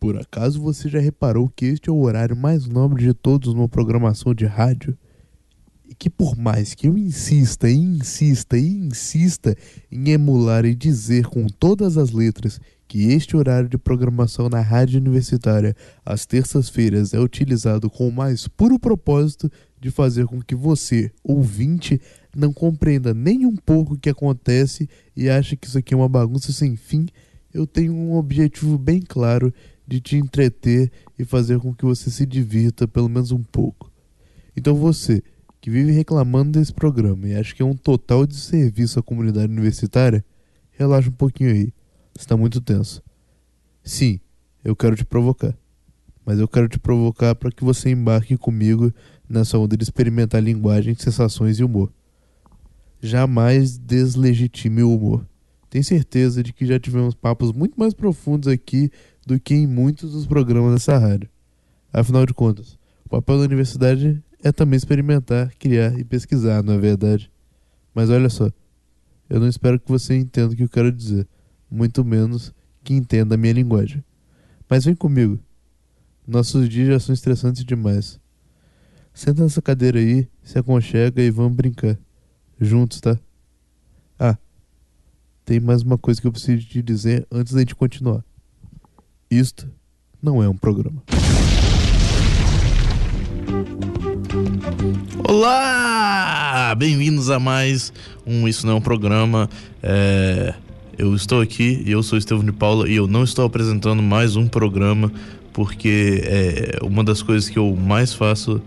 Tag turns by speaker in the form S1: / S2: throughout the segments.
S1: Por acaso você já reparou que este é o horário mais nobre de todos numa programação de rádio? E que por mais que eu insista e insista e insista em emular e dizer com todas as letras que este horário de programação na rádio universitária às terças-feiras é utilizado com o mais puro propósito de fazer com que você, ouvinte, não compreenda nem um pouco o que acontece e ache que isso aqui é uma bagunça sem fim, eu tenho um objetivo bem claro de te entreter e fazer com que você se divirta pelo menos um pouco. Então você, que vive reclamando desse programa e acha que é um total desserviço à comunidade universitária, relaxa um pouquinho aí. Está muito tenso. Sim, eu quero te provocar. Mas eu quero te provocar para que você embarque comigo nessa onda de experimentar linguagem, sensações e humor. Jamais deslegitime o humor. Tenho certeza de que já tivemos papos muito mais profundos aqui do que em muitos dos programas dessa rádio. Afinal de contas, o papel da universidade é também experimentar, criar e pesquisar, não é verdade? Mas olha só, eu não espero que você entenda o que eu quero dizer, muito menos que entenda a minha linguagem. Mas vem comigo. Nossos dias já são estressantes demais. Senta nessa cadeira aí, se aconchega e vamos brincar. Juntos, tá? Ah, tem mais uma coisa que eu preciso te dizer antes da gente continuar. Isto não é um programa.
S2: Olá! Bem-vindos a mais um Isso Não é um Programa. É, eu estou aqui e eu sou Estevão de Paula e eu não estou apresentando mais um programa porque é, uma das coisas que eu mais faço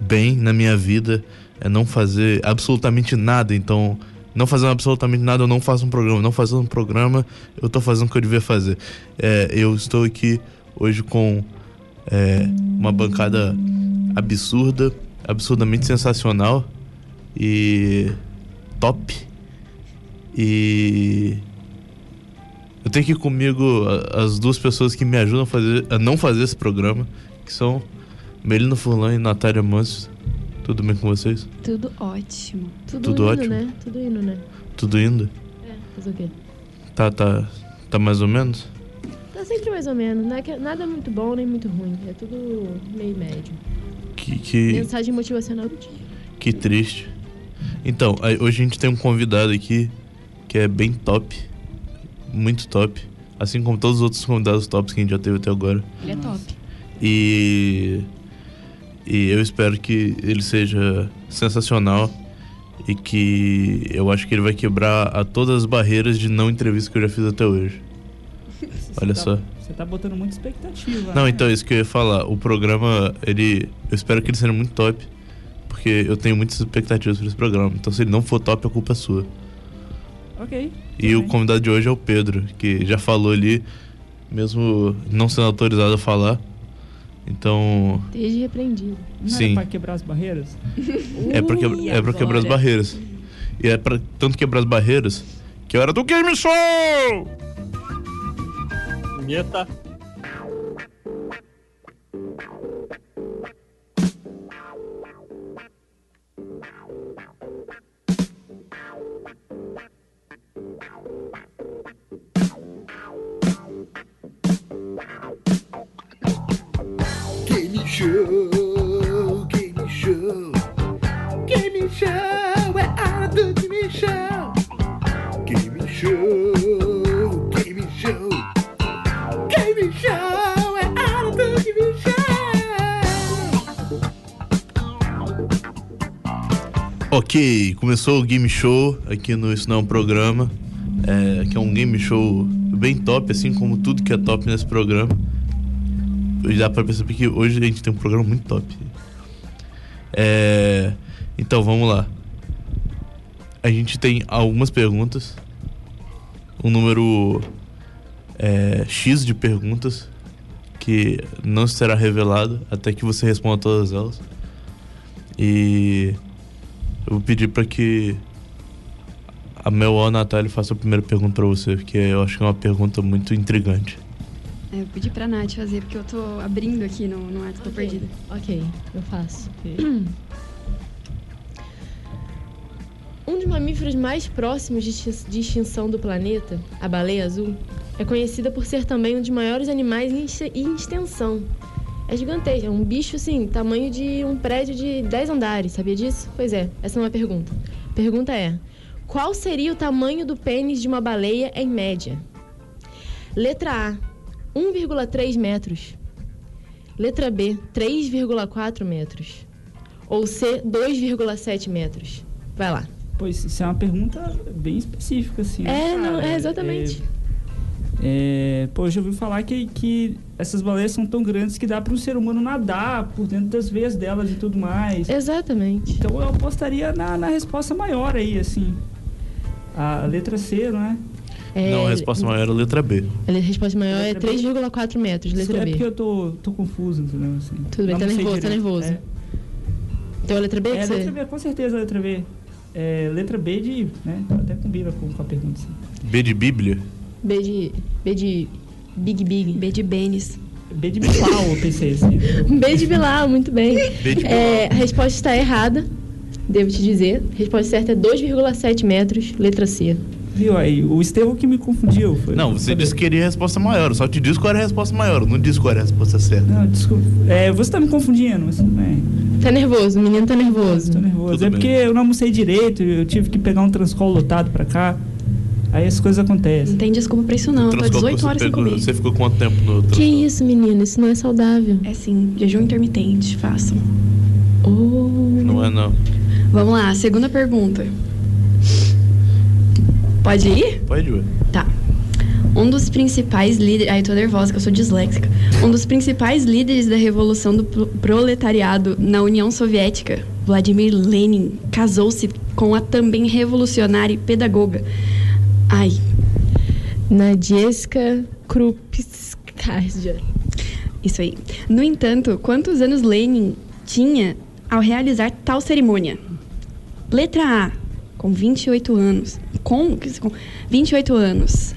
S2: bem na minha vida é não fazer absolutamente nada. Então, não fazendo absolutamente nada, eu não faço um programa. Não fazendo um programa, eu estou fazendo o que eu devia fazer. É, eu estou aqui hoje com é, uma bancada absurda absurdamente sensacional e top. E eu tenho aqui comigo a- as duas pessoas que me ajudam a, fazer, a não fazer esse programa, que são Melina Furlan e Natália Manso. Tudo bem com vocês?
S3: Tudo ótimo.
S4: Tudo,
S2: Tudo
S4: indo,
S2: ótimo.
S4: né? Tudo indo, né?
S2: Tudo indo?
S4: É, fazer o quê?
S2: Tá, tá, tá mais ou menos?
S4: Tá sempre mais ou menos, né? Que Nada muito bom nem muito ruim. É tudo meio médio.
S2: Que, que,
S4: Mensagem motivacional do dia.
S2: que triste. Então, aí, hoje a gente tem um convidado aqui que é bem top, muito top, assim como todos os outros convidados tops que a gente já teve até agora.
S3: Ele é top.
S2: E, e eu espero que ele seja sensacional e que eu acho que ele vai quebrar a todas as barreiras de não entrevista que eu já fiz até hoje. Olha
S5: tá-
S2: só.
S5: Você tá botando muita expectativa.
S2: Não,
S5: né?
S2: então isso que eu ia falar. O programa, ele. Eu espero que ele seja muito top. Porque eu tenho muitas expectativas para esse programa. Então se ele não for top, a culpa é sua.
S5: Ok.
S2: E
S5: tudo
S2: o
S5: bem.
S2: convidado de hoje é o Pedro, que já falou ali, mesmo não sendo autorizado a falar. Então.
S4: Desde repreendido.
S5: Não
S2: sim.
S5: era pra quebrar as barreiras?
S2: É pra, que-
S3: Ui,
S2: é pra quebrar as
S3: agora.
S2: barreiras. E é pra tanto quebrar as barreiras que é hora do Game Show!
S6: Vinheta.
S7: Game Show, Game Show, Game Show, é a do Game Show. Game Show, Game Show, Game Show, é a do Game Show.
S2: Ok, começou o Game Show aqui no Isso Não é um Programa, é, que é um game show bem top, assim como tudo que é top nesse programa. E Dá pra perceber que hoje a gente tem um programa muito top. É, então vamos lá. A gente tem algumas perguntas, um número é, X de perguntas que não será revelado até que você responda todas elas. E eu vou pedir pra que a meu ó, Natália, faça a primeira pergunta pra você, porque eu acho que é uma pergunta muito intrigante.
S3: É, eu pedi pra Nath fazer, porque eu tô abrindo aqui no, no ato, tô perdida.
S4: Ok, eu faço.
S5: Ok.
S4: Um dos mamíferos mais próximos de extin- de extinção do planeta, a baleia azul, É conhecida por ser também um dos maiores animais em ex- em extensão. É gigantesca, é um bicho assim, tamanho de um prédio de 10 andares, sabia disso? Pois é, essa não é a pergunta. A pergunta é: qual seria o tamanho do pênis de uma baleia em média? Letra A, 1,3 metros. Letra B, 3,4 metros. Ou C, 2,7 metros. Vai lá.
S5: Pois isso é uma pergunta bem específica, assim. né,
S4: É, não,
S5: cara?
S4: é exatamente.
S5: É, é, pô, eu já ouvi falar que, que essas baleias são tão grandes que dá para um ser humano nadar por dentro das veias delas e tudo mais.
S4: Exatamente.
S5: Então eu apostaria na, na resposta maior aí, assim. A letra C, não é?
S4: É,
S2: Não, a resposta maior era a letra B.
S4: A resposta maior é
S5: Letra B.
S4: 3,4 metros,
S5: é
S4: letra B.
S5: porque eu tô, tô confuso, entendeu? Assim.
S4: Tudo bem,
S5: Eu
S4: tá
S5: não sei
S4: nervoso, tá
S5: direito.
S4: nervoso.
S5: É.
S4: Então a letra B
S5: É,
S4: que você...
S5: letra B, com certeza a letra B. É, letra B de. Né? Até combina com, com a pergunta. Assim.
S2: B de Bíblia?
S4: B de... B de... Big Big.
S3: B de Benes.
S5: B de Bilau, eu pensei assim.
S4: B de Bilal, muito bem.
S2: B de
S4: É, a resposta está errada, devo te dizer. A resposta certa é 2,7 metros, letra C.
S5: Viu aí? O Estevão que me confundiu. Foi,
S2: Não, você
S5: foi-
S2: disse que queria a resposta maior. eu Só te disse qual era a resposta maior. eu Não disse qual era a resposta certa.
S5: Não, desculpa. É, você tá me confundindo, mas tudo bem.
S4: Tá nervoso, o menino tá nervoso.
S5: Tô nervoso.
S2: Tudo bem.
S5: é porque eu não almocei direito, eu tive que pegar um transcol lotado pra cá. Aí as coisas acontecem.
S3: Não tem desculpa pra isso não, eu tô
S2: Transcopo,
S3: 18
S2: você
S3: tá horas sem
S2: pegou-
S3: comer.
S2: Você ficou quanto tempo no
S4: Que
S2: transcopo?
S4: isso, menino, isso não é saudável.
S3: É sim, jejum intermitente, façam.
S4: Oh.
S2: Não é não.
S3: Vamos lá, segunda pergunta. Pode ir?
S2: Pode ver.
S3: Tá. Um dos principais líderes. Ai, tô nervosa que eu sou disléxica. Um dos principais líderes da Revolução do Pro- Proletariado na União Soviética, Vladimir Lenin, casou-se com a também revolucionária e pedagoga. Ai,
S4: Nadieska Krupskaya.
S3: isso aí. No entanto, quantos anos Lenin tinha ao realizar tal cerimônia? Letra A, com 28 anos. Com, com 28 anos.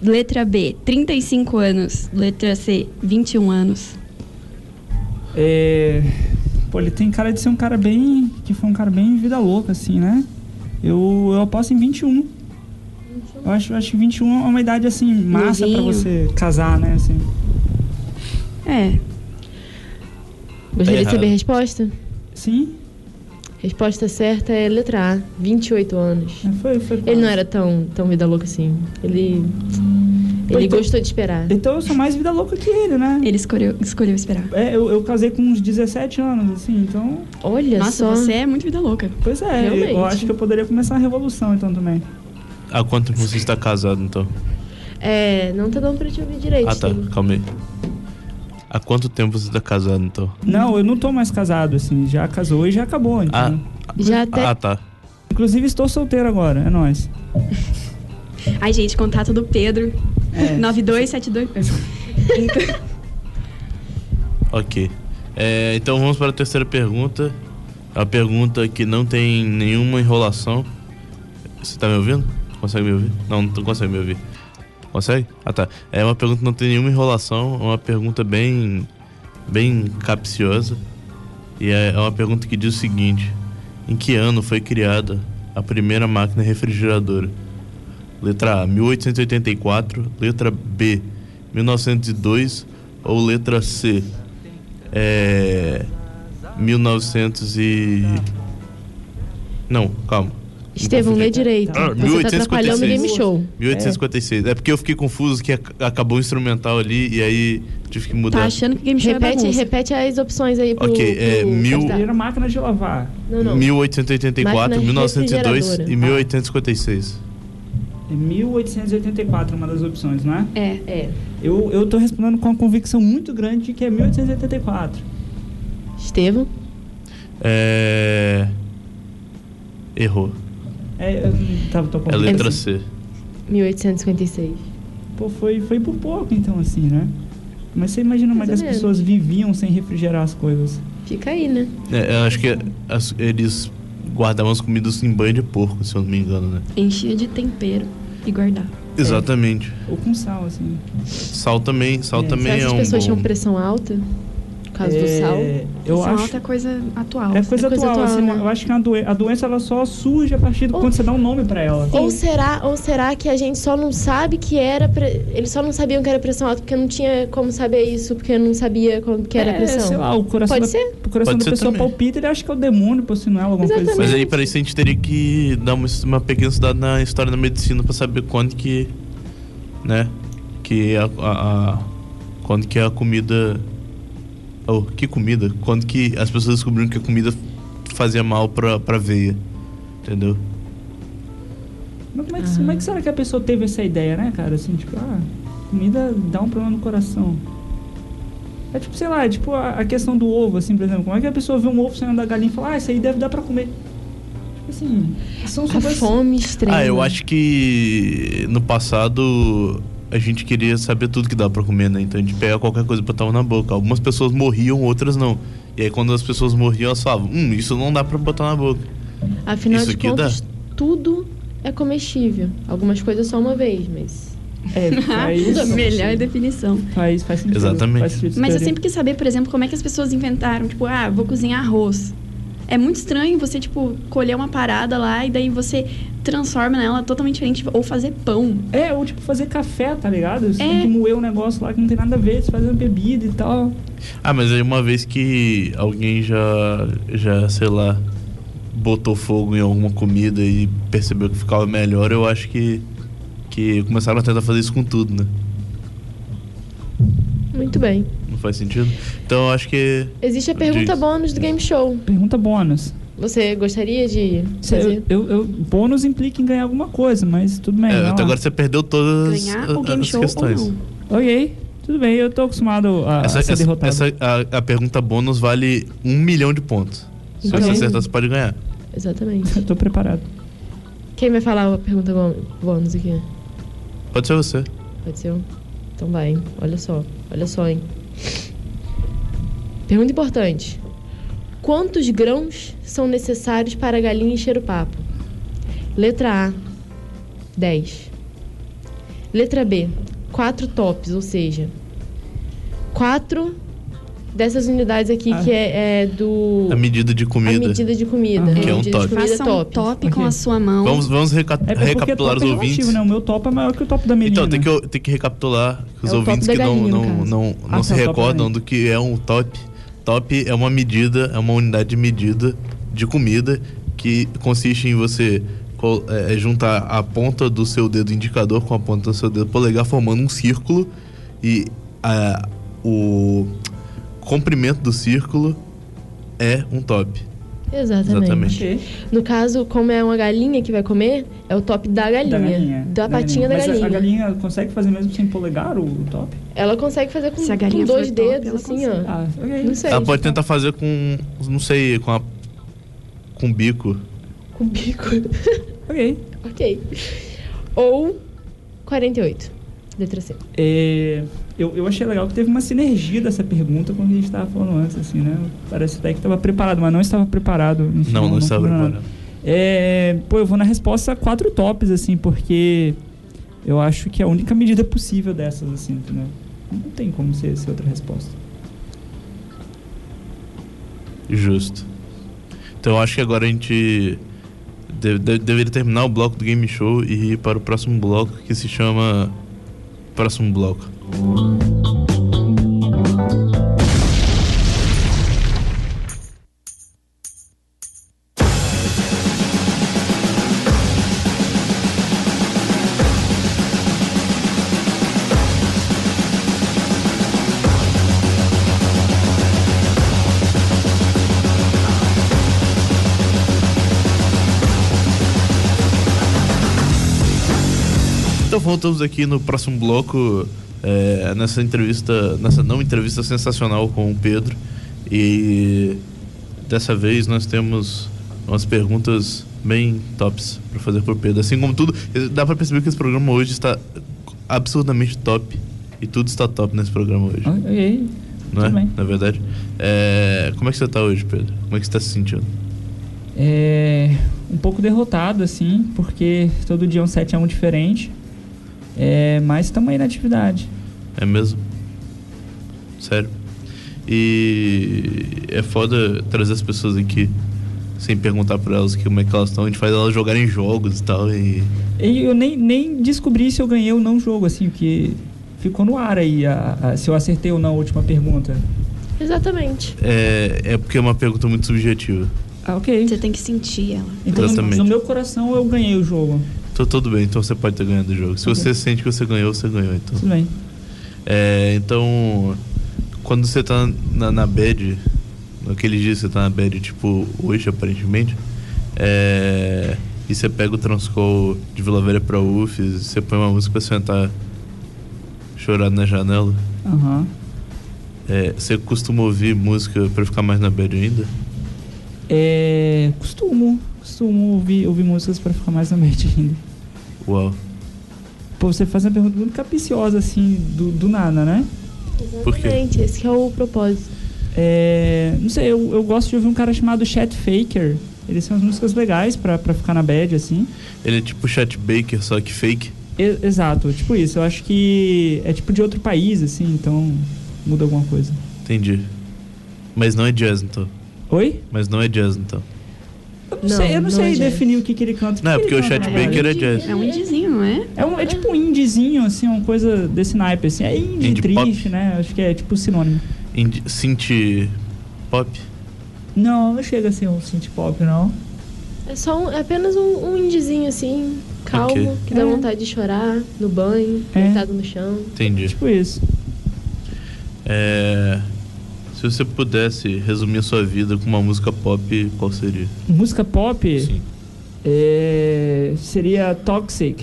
S3: Letra B, 35 anos. Letra C, 21 anos.
S5: É. Pô, ele tem cara de ser um cara bem. que foi um cara bem vida louca, assim, né? Eu, eu aposto em 21. Eu acho, eu acho que 21 é uma idade, assim, massa pra
S3: Novinho.
S5: você casar, né? Assim.
S3: É,
S4: Gostaria de
S2: Tá errado.
S4: saber a resposta?
S5: Sim?
S4: Resposta certa é letra A, 28 anos.
S5: é, Foi, foi.
S4: Ele
S5: quase.
S4: não era tão, tão vida louca assim. Ele. Ele
S5: Então-
S4: gostou de esperar.
S5: Então eu sou mais vida louca que ele, né?
S3: ele escolheu, escolheu esperar.
S5: É, eu, eu casei com uns 17 anos, assim, então.
S4: Olha
S3: Nossa,
S4: só.
S3: você é muito vida louca.
S5: Pois é, eu- eu
S4: Realmente.
S5: acho que eu poderia começar a revolução, então, também.
S2: Há quanto tempo você está casado, então?
S4: É, não tá dando pra te ouvir direito.
S2: Ah, tá.
S4: Steve.
S2: Calma aí. Há quanto tempo você está casado, então?
S5: Não, eu não tô mais casado, assim. Já casou e já acabou,
S2: Ah,
S5: então.
S4: Já até.
S2: ah tá.
S5: Inclusive, estou solteiro agora, é nóis.
S3: Ai, gente, contato do Pedro.
S5: É.
S3: 9272. Então,
S2: Ok. É, então vamos para a terceira pergunta. A pergunta que não tem nenhuma enrolação. Você tá me ouvindo? Consegue me ouvir? Não, não consegue me ouvir. Consegue? Ah tá. É uma pergunta que não tem nenhuma enrolação, é uma pergunta bem. bem capciosa. E é é uma pergunta que diz o seguinte: Em que ano foi criada a primeira máquina refrigeradora? Letra A, 1884. Letra B, 1902. Ou letra C, é. 1900 e. Não, calma.
S4: Estevão, lê direito.
S5: Ah,
S4: Você tá atrapalhando o game
S2: 1856.
S4: show.
S2: 1856. É. porque eu fiquei confuso que ac- acabou o instrumental ali e aí tive que
S3: tá
S2: mudar.
S3: achando que Game Show
S4: Repete,
S3: é bagunça.
S4: repete as opções aí pro.
S2: Ok, é,
S4: pro
S2: mil-
S4: candidato.
S5: Primeira máquina de lavar.
S4: Não, não.
S2: 1884,
S4: Máquina
S2: 1902
S4: refrigeradora.
S2: e 1856.
S5: É 1884 uma das opções, não é?
S3: É.
S4: É.
S5: Eu, eu tô respondendo com uma convicção muito grande de que é 1884.
S4: Estevão,
S2: É. Errou.
S5: É, eu não tava tô
S2: É
S5: confuso.
S2: letra C.
S4: 1856.
S5: Pô, foi, foi por pouco, então, assim, né? Mas você imagina como é
S4: Mais
S5: que
S4: ou
S5: as
S4: menos.
S5: pessoas viviam sem refrigerar as coisas.
S4: Fica aí, né?
S2: É, eu acho que as- eles guardavam as comidas em banho de porco, se eu não me engano, né?
S3: Enchia de tempero e guardava.
S4: É.
S2: Exatamente.
S5: Ou com sal, assim.
S2: Sal também, sal
S5: É,
S2: também
S4: Será que
S2: é
S4: as
S2: um
S4: pessoas tinham
S2: bom.
S4: pressão alta? caso do
S5: É,
S4: sal.
S5: Eu
S3: Isso é uma
S5: acho.
S3: outra coisa atual.
S5: É coisa,
S4: É coisa
S5: atual,
S4: atual,
S5: assim,
S4: né?
S5: eu acho que a, doen- a doença ela só surge a partir do
S4: Ou-
S5: quando você dá um nome pra ela.
S4: Ou será, ou será que a gente só não sabe que era. pre- Eles só não sabiam que era pressão alta porque não tinha como saber isso, porque não sabia como que era
S5: é,
S4: pressão.
S5: sei lá, o coração
S4: Pode
S5: da,
S4: ser?
S5: O coração
S2: Pode
S5: da
S2: ser
S5: pessoa
S2: também.
S5: palpita, ele acha que é o demônio, por sinal, alguma coisa
S2: Mas
S5: assim.
S2: aí para isso a gente teria que dar uma, uma pequena estudada na história da medicina pra saber quando que, né, que a, a- a- quando que a comida ou que comida, quando que as pessoas descobriram que a comida fazia mal pra, pra veia. Entendeu?
S5: Mas como é, que, como é que será que a pessoa teve essa ideia, né, cara? Assim, tipo, ah, comida dá um problema no coração. É tipo, sei lá, é tipo a, a questão do ovo, assim, por exemplo. Como é que a pessoa vê um ovo saindo da galinha e fala, ah, isso aí deve dar pra comer? Tipo assim, são
S4: A
S5: super...
S4: fome estranha.
S2: Ah, eu acho que no passado a gente queria saber tudo que dá pra comer, né? Então a gente pega qualquer coisa e botava na boca. Algumas pessoas morriam, outras não. E aí quando as pessoas morriam, elas falavam, hum, isso não dá pra botar na boca.
S4: Afinal
S2: Isso
S4: de
S2: aqui
S4: contas, tudo é comestível. Algumas coisas só uma vez, mas.
S5: É,
S3: Ah,
S5: faz,
S3: melhor definição.
S5: faz, faz sentido.
S2: Exatamente.
S5: Faz sentido,
S3: Mas eu
S4: assim-
S5: teoria.
S3: sempre quis saber, por exemplo, como é que as pessoas inventaram, tipo, ah, vou cozinhar arroz. É muito estranho você, tipo, colher uma parada lá e daí você transforma nela totalmente diferente. Ou fazer pão.
S5: É, ou tipo fazer café, tá ligado? Você
S3: É.
S5: tem que moer um negócio lá que não tem nada a ver, você faz uma bebida e tal.
S2: Ah, mas aí uma vez que alguém já, já sei lá, botou fogo em alguma comida e percebeu que ficava melhor, eu acho que, que começaram a tentar fazer isso com tudo, né?
S4: Muito bem.
S2: Não faz sentido? Então eu acho que.
S4: Existe a pergunta
S2: Diz.
S4: bônus do game show.
S5: Pergunta bônus.
S4: Você gostaria de
S5: Se
S4: fazer?
S5: Eu, eu, eu- bônus implica em ganhar alguma coisa, mas tudo bem.
S2: é,
S5: vai
S2: até
S5: lá.
S2: agora você perdeu todas
S3: Ganhar
S2: a-
S3: o game
S2: as
S3: show
S2: questões.
S3: ou não.
S5: Ok, tudo bem, eu tô acostumado a,
S2: Essa,
S5: a Ah, ser
S2: essa-
S5: derrotado.
S2: essa- a, a pergunta bônus vale um milhão de pontos. Se
S4: Então-
S2: você acertar, você pode ganhar.
S4: Exatamente.
S5: Eu tô preparado.
S4: Quem vai falar a pergunta bô- bônus aqui?
S2: Pode ser você.
S4: Pode ser eu? Então vai, hein? Olha só. Olha só, hein? Pergunta importante. Quantos grãos são necessários para a galinha encher o papo? Letra A, 10. Letra B, 4 tops, ou seja, 4 dessas unidades aqui
S5: Ah.
S4: que é, é do...
S2: A medida de
S4: a
S2: comida.
S4: medida de comida.
S5: Aham.
S4: A
S2: Que é um
S4: medida
S2: top.
S4: de comida
S3: Faça um
S4: top.
S3: top, com
S5: Ok.
S3: a sua mão.
S2: Vamos, vamos reca-
S5: É porque
S2: recapitular
S5: top
S2: os
S5: é
S2: ouvintes.
S5: relativo, né? O meu top é maior que o top da menina.
S2: Então, tem que, tem que recapitular os
S4: É o
S2: ouvintes
S4: top da
S2: que não,
S4: galinha, no
S2: não,
S4: caso.
S2: não,
S5: Ah,
S2: não
S5: tá,
S2: se
S5: o top da
S2: recordam
S5: galinha.
S2: do que é um top. Top é uma medida, é uma unidade de medida de comida que consiste em você col- é, juntar a ponta do seu dedo indicador com a ponta do seu dedo polegar, formando um círculo e ah, o comprimento do círculo é um top.
S4: Exatamente.
S2: Exatamente.
S5: Ok.
S4: No caso, como é uma galinha que vai comer, é o top da
S5: Da
S4: galinha. Da,
S5: galinha.
S4: patinha
S5: Mas
S4: da
S5: a-
S4: galinha.
S5: A galinha consegue fazer mesmo sem polegar o o top?
S4: Ela consegue fazer com,
S3: Se a galinha
S4: com dois
S3: for top,
S4: dedos,
S3: ela
S4: assim, ó.
S5: Ah, ok.
S4: Não sei.
S2: Ela pode tentar fazer com, não sei, com a com o bico.
S4: Com o bico.
S5: Ok.
S4: ok. Ou 48. Letra C.
S5: É, eu, eu achei legal que teve uma sinergia dessa pergunta com o que a gente estava falando antes, assim, né? Parece até que estava preparado, mas não estava preparado. enfim,
S2: Não, não estava
S5: fui nada.
S2: preparado.
S5: É, pô, eu vou na resposta quatro tops, assim, porque eu acho que é a única medida possível dessas, assim, entendeu? Não tem como ser, ser outra resposta.
S2: Justo. Então eu acho que agora a gente de- de- deveria terminar o bloco do game show e ir para o próximo bloco que se chama próximo bloco. Então voltamos aqui no próximo bloco é, nessa entrevista, nessa não entrevista sensacional com o Pedro e dessa vez nós temos umas perguntas bem tops para fazer pro Pedro. Assim como tudo, dá para perceber que esse programa hoje está absurdamente top e tudo está top nesse programa hoje.
S5: Ah, Ok.
S2: Não é?
S5: Tudo bem.
S2: Na verdade. É, como é que você tá hoje, Pedro? Como é que você tá se sentindo?
S5: É, um pouco derrotado, assim, porque todo dia é um 7x1 diferente. É, mas estamos aí na atividade.
S2: É mesmo? Sério? E é foda trazer as pessoas aqui sem perguntar pra elas que, como é que elas estão. A gente faz elas jogarem jogos e tal. E
S5: E eu nem, nem descobri se eu ganhei ou não o jogo, assim, porque ficou no ar aí a- a- se eu acertei ou não a última pergunta.
S4: Exatamente.
S2: é, é porque é uma pergunta muito subjetiva.
S5: Ah, ok.
S3: Você tem que sentir ela.
S5: Então, no,
S2: Exatamente.
S5: no meu coração, eu ganhei o jogo.
S2: Então tudo bem, então você pode ter ganhado o jogo. Se
S5: Ok.
S2: você sente que você ganhou, você ganhou. Então.
S5: Tudo bem.
S2: É, então, quando você tá na, na bad, naquele dia que você tá na bad, tipo hoje aparentemente, é, e você pega o Transcol de Vila Velha pra UFES, você põe uma música pra sentar chorado na janela,
S5: Aham.
S2: é, você costuma ouvir música pra ficar mais na bad ainda?
S5: É. Costumo. Costumo ouvir, ouvir músicas pra ficar mais na mente ainda.
S2: Uau.
S5: Pô, você faz uma pergunta muito capiciosa, assim, do, do nada, né?
S2: Por quê?
S4: Exatamente. Esse que é o propósito.
S5: É, não sei, eu, eu gosto de ouvir um cara chamado Chet Faker. Eles são as músicas legais pra, pra ficar na bad, assim.
S2: Ele é tipo Chat Baker, só que fake.
S5: E- exato, tipo isso. Eu acho que é tipo de outro país, assim, então muda alguma coisa.
S2: Entendi. Mas não é jazz então.
S5: Oi?
S2: Mas não é jazz então.
S5: Eu não,
S4: Não,
S5: sei, eu não
S4: não
S5: sei
S4: é jazz.
S5: definir o que, que ele canta. O
S2: Não, é
S5: que que
S2: porque
S5: ele
S2: o
S5: canta,
S2: Chet
S5: na verdade?
S2: Baker é jazz.
S3: É um indizinho, não é?
S5: É, um, é tipo um indiezinho, assim, uma coisa desse naipe, assim. É indie,
S2: Indie
S5: triste,
S2: pop?
S5: né? Acho que é tipo sinônimo.
S2: Indi- Synth pop.
S5: Não, não chega a ser um synth pop, não.
S4: É só um, é apenas um, um indizinho assim, calmo,
S2: Ok.
S4: que dá
S5: É.
S4: vontade de chorar, no banho,
S5: É.
S4: deitado no chão.
S2: Entendi.
S5: Tipo isso.
S2: É, se você pudesse resumir a sua vida com uma música pop, qual seria?
S5: Música pop
S2: Sim.
S5: é, seria Toxic.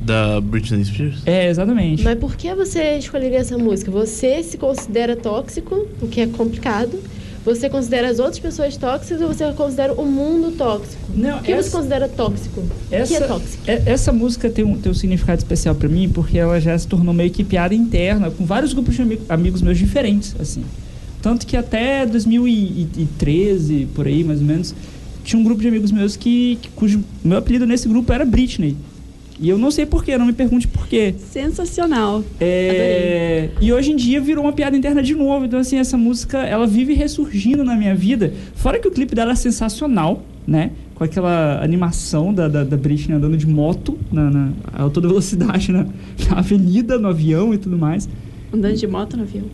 S2: Da Britney Spears?
S5: É, exatamente.
S4: Mas por que você escolheria essa música? Você se considera tóxico, o que é complicado. Você considera as outras pessoas tóxicas ou você considera o mundo tóxico?
S5: Não,
S4: O que você
S5: essa,
S4: considera tóxico? O que é
S5: essa,
S4: tóxico?
S5: é- essa música tem um, tem um significado especial pra mim, porque ela já se tornou meio que piada interna, com vários grupos de ami- amigos meus diferentes, assim. Tanto que até 2013, por aí, mais ou menos, tinha um grupo de amigos meus que, que- cujo meu apelido nesse grupo era Britney. E eu não sei porquê, não me pergunte porquê.
S3: Sensacional.
S5: É, e hoje em dia virou uma piada interna de novo. Então, assim, essa música, ela vive ressurgindo na minha vida. Fora que o clipe dela é sensacional, né? Com aquela animação da, da, da Britney andando de moto na, na a toda velocidade na, na avenida, no avião e tudo mais.
S3: Andando Um de moto no avião.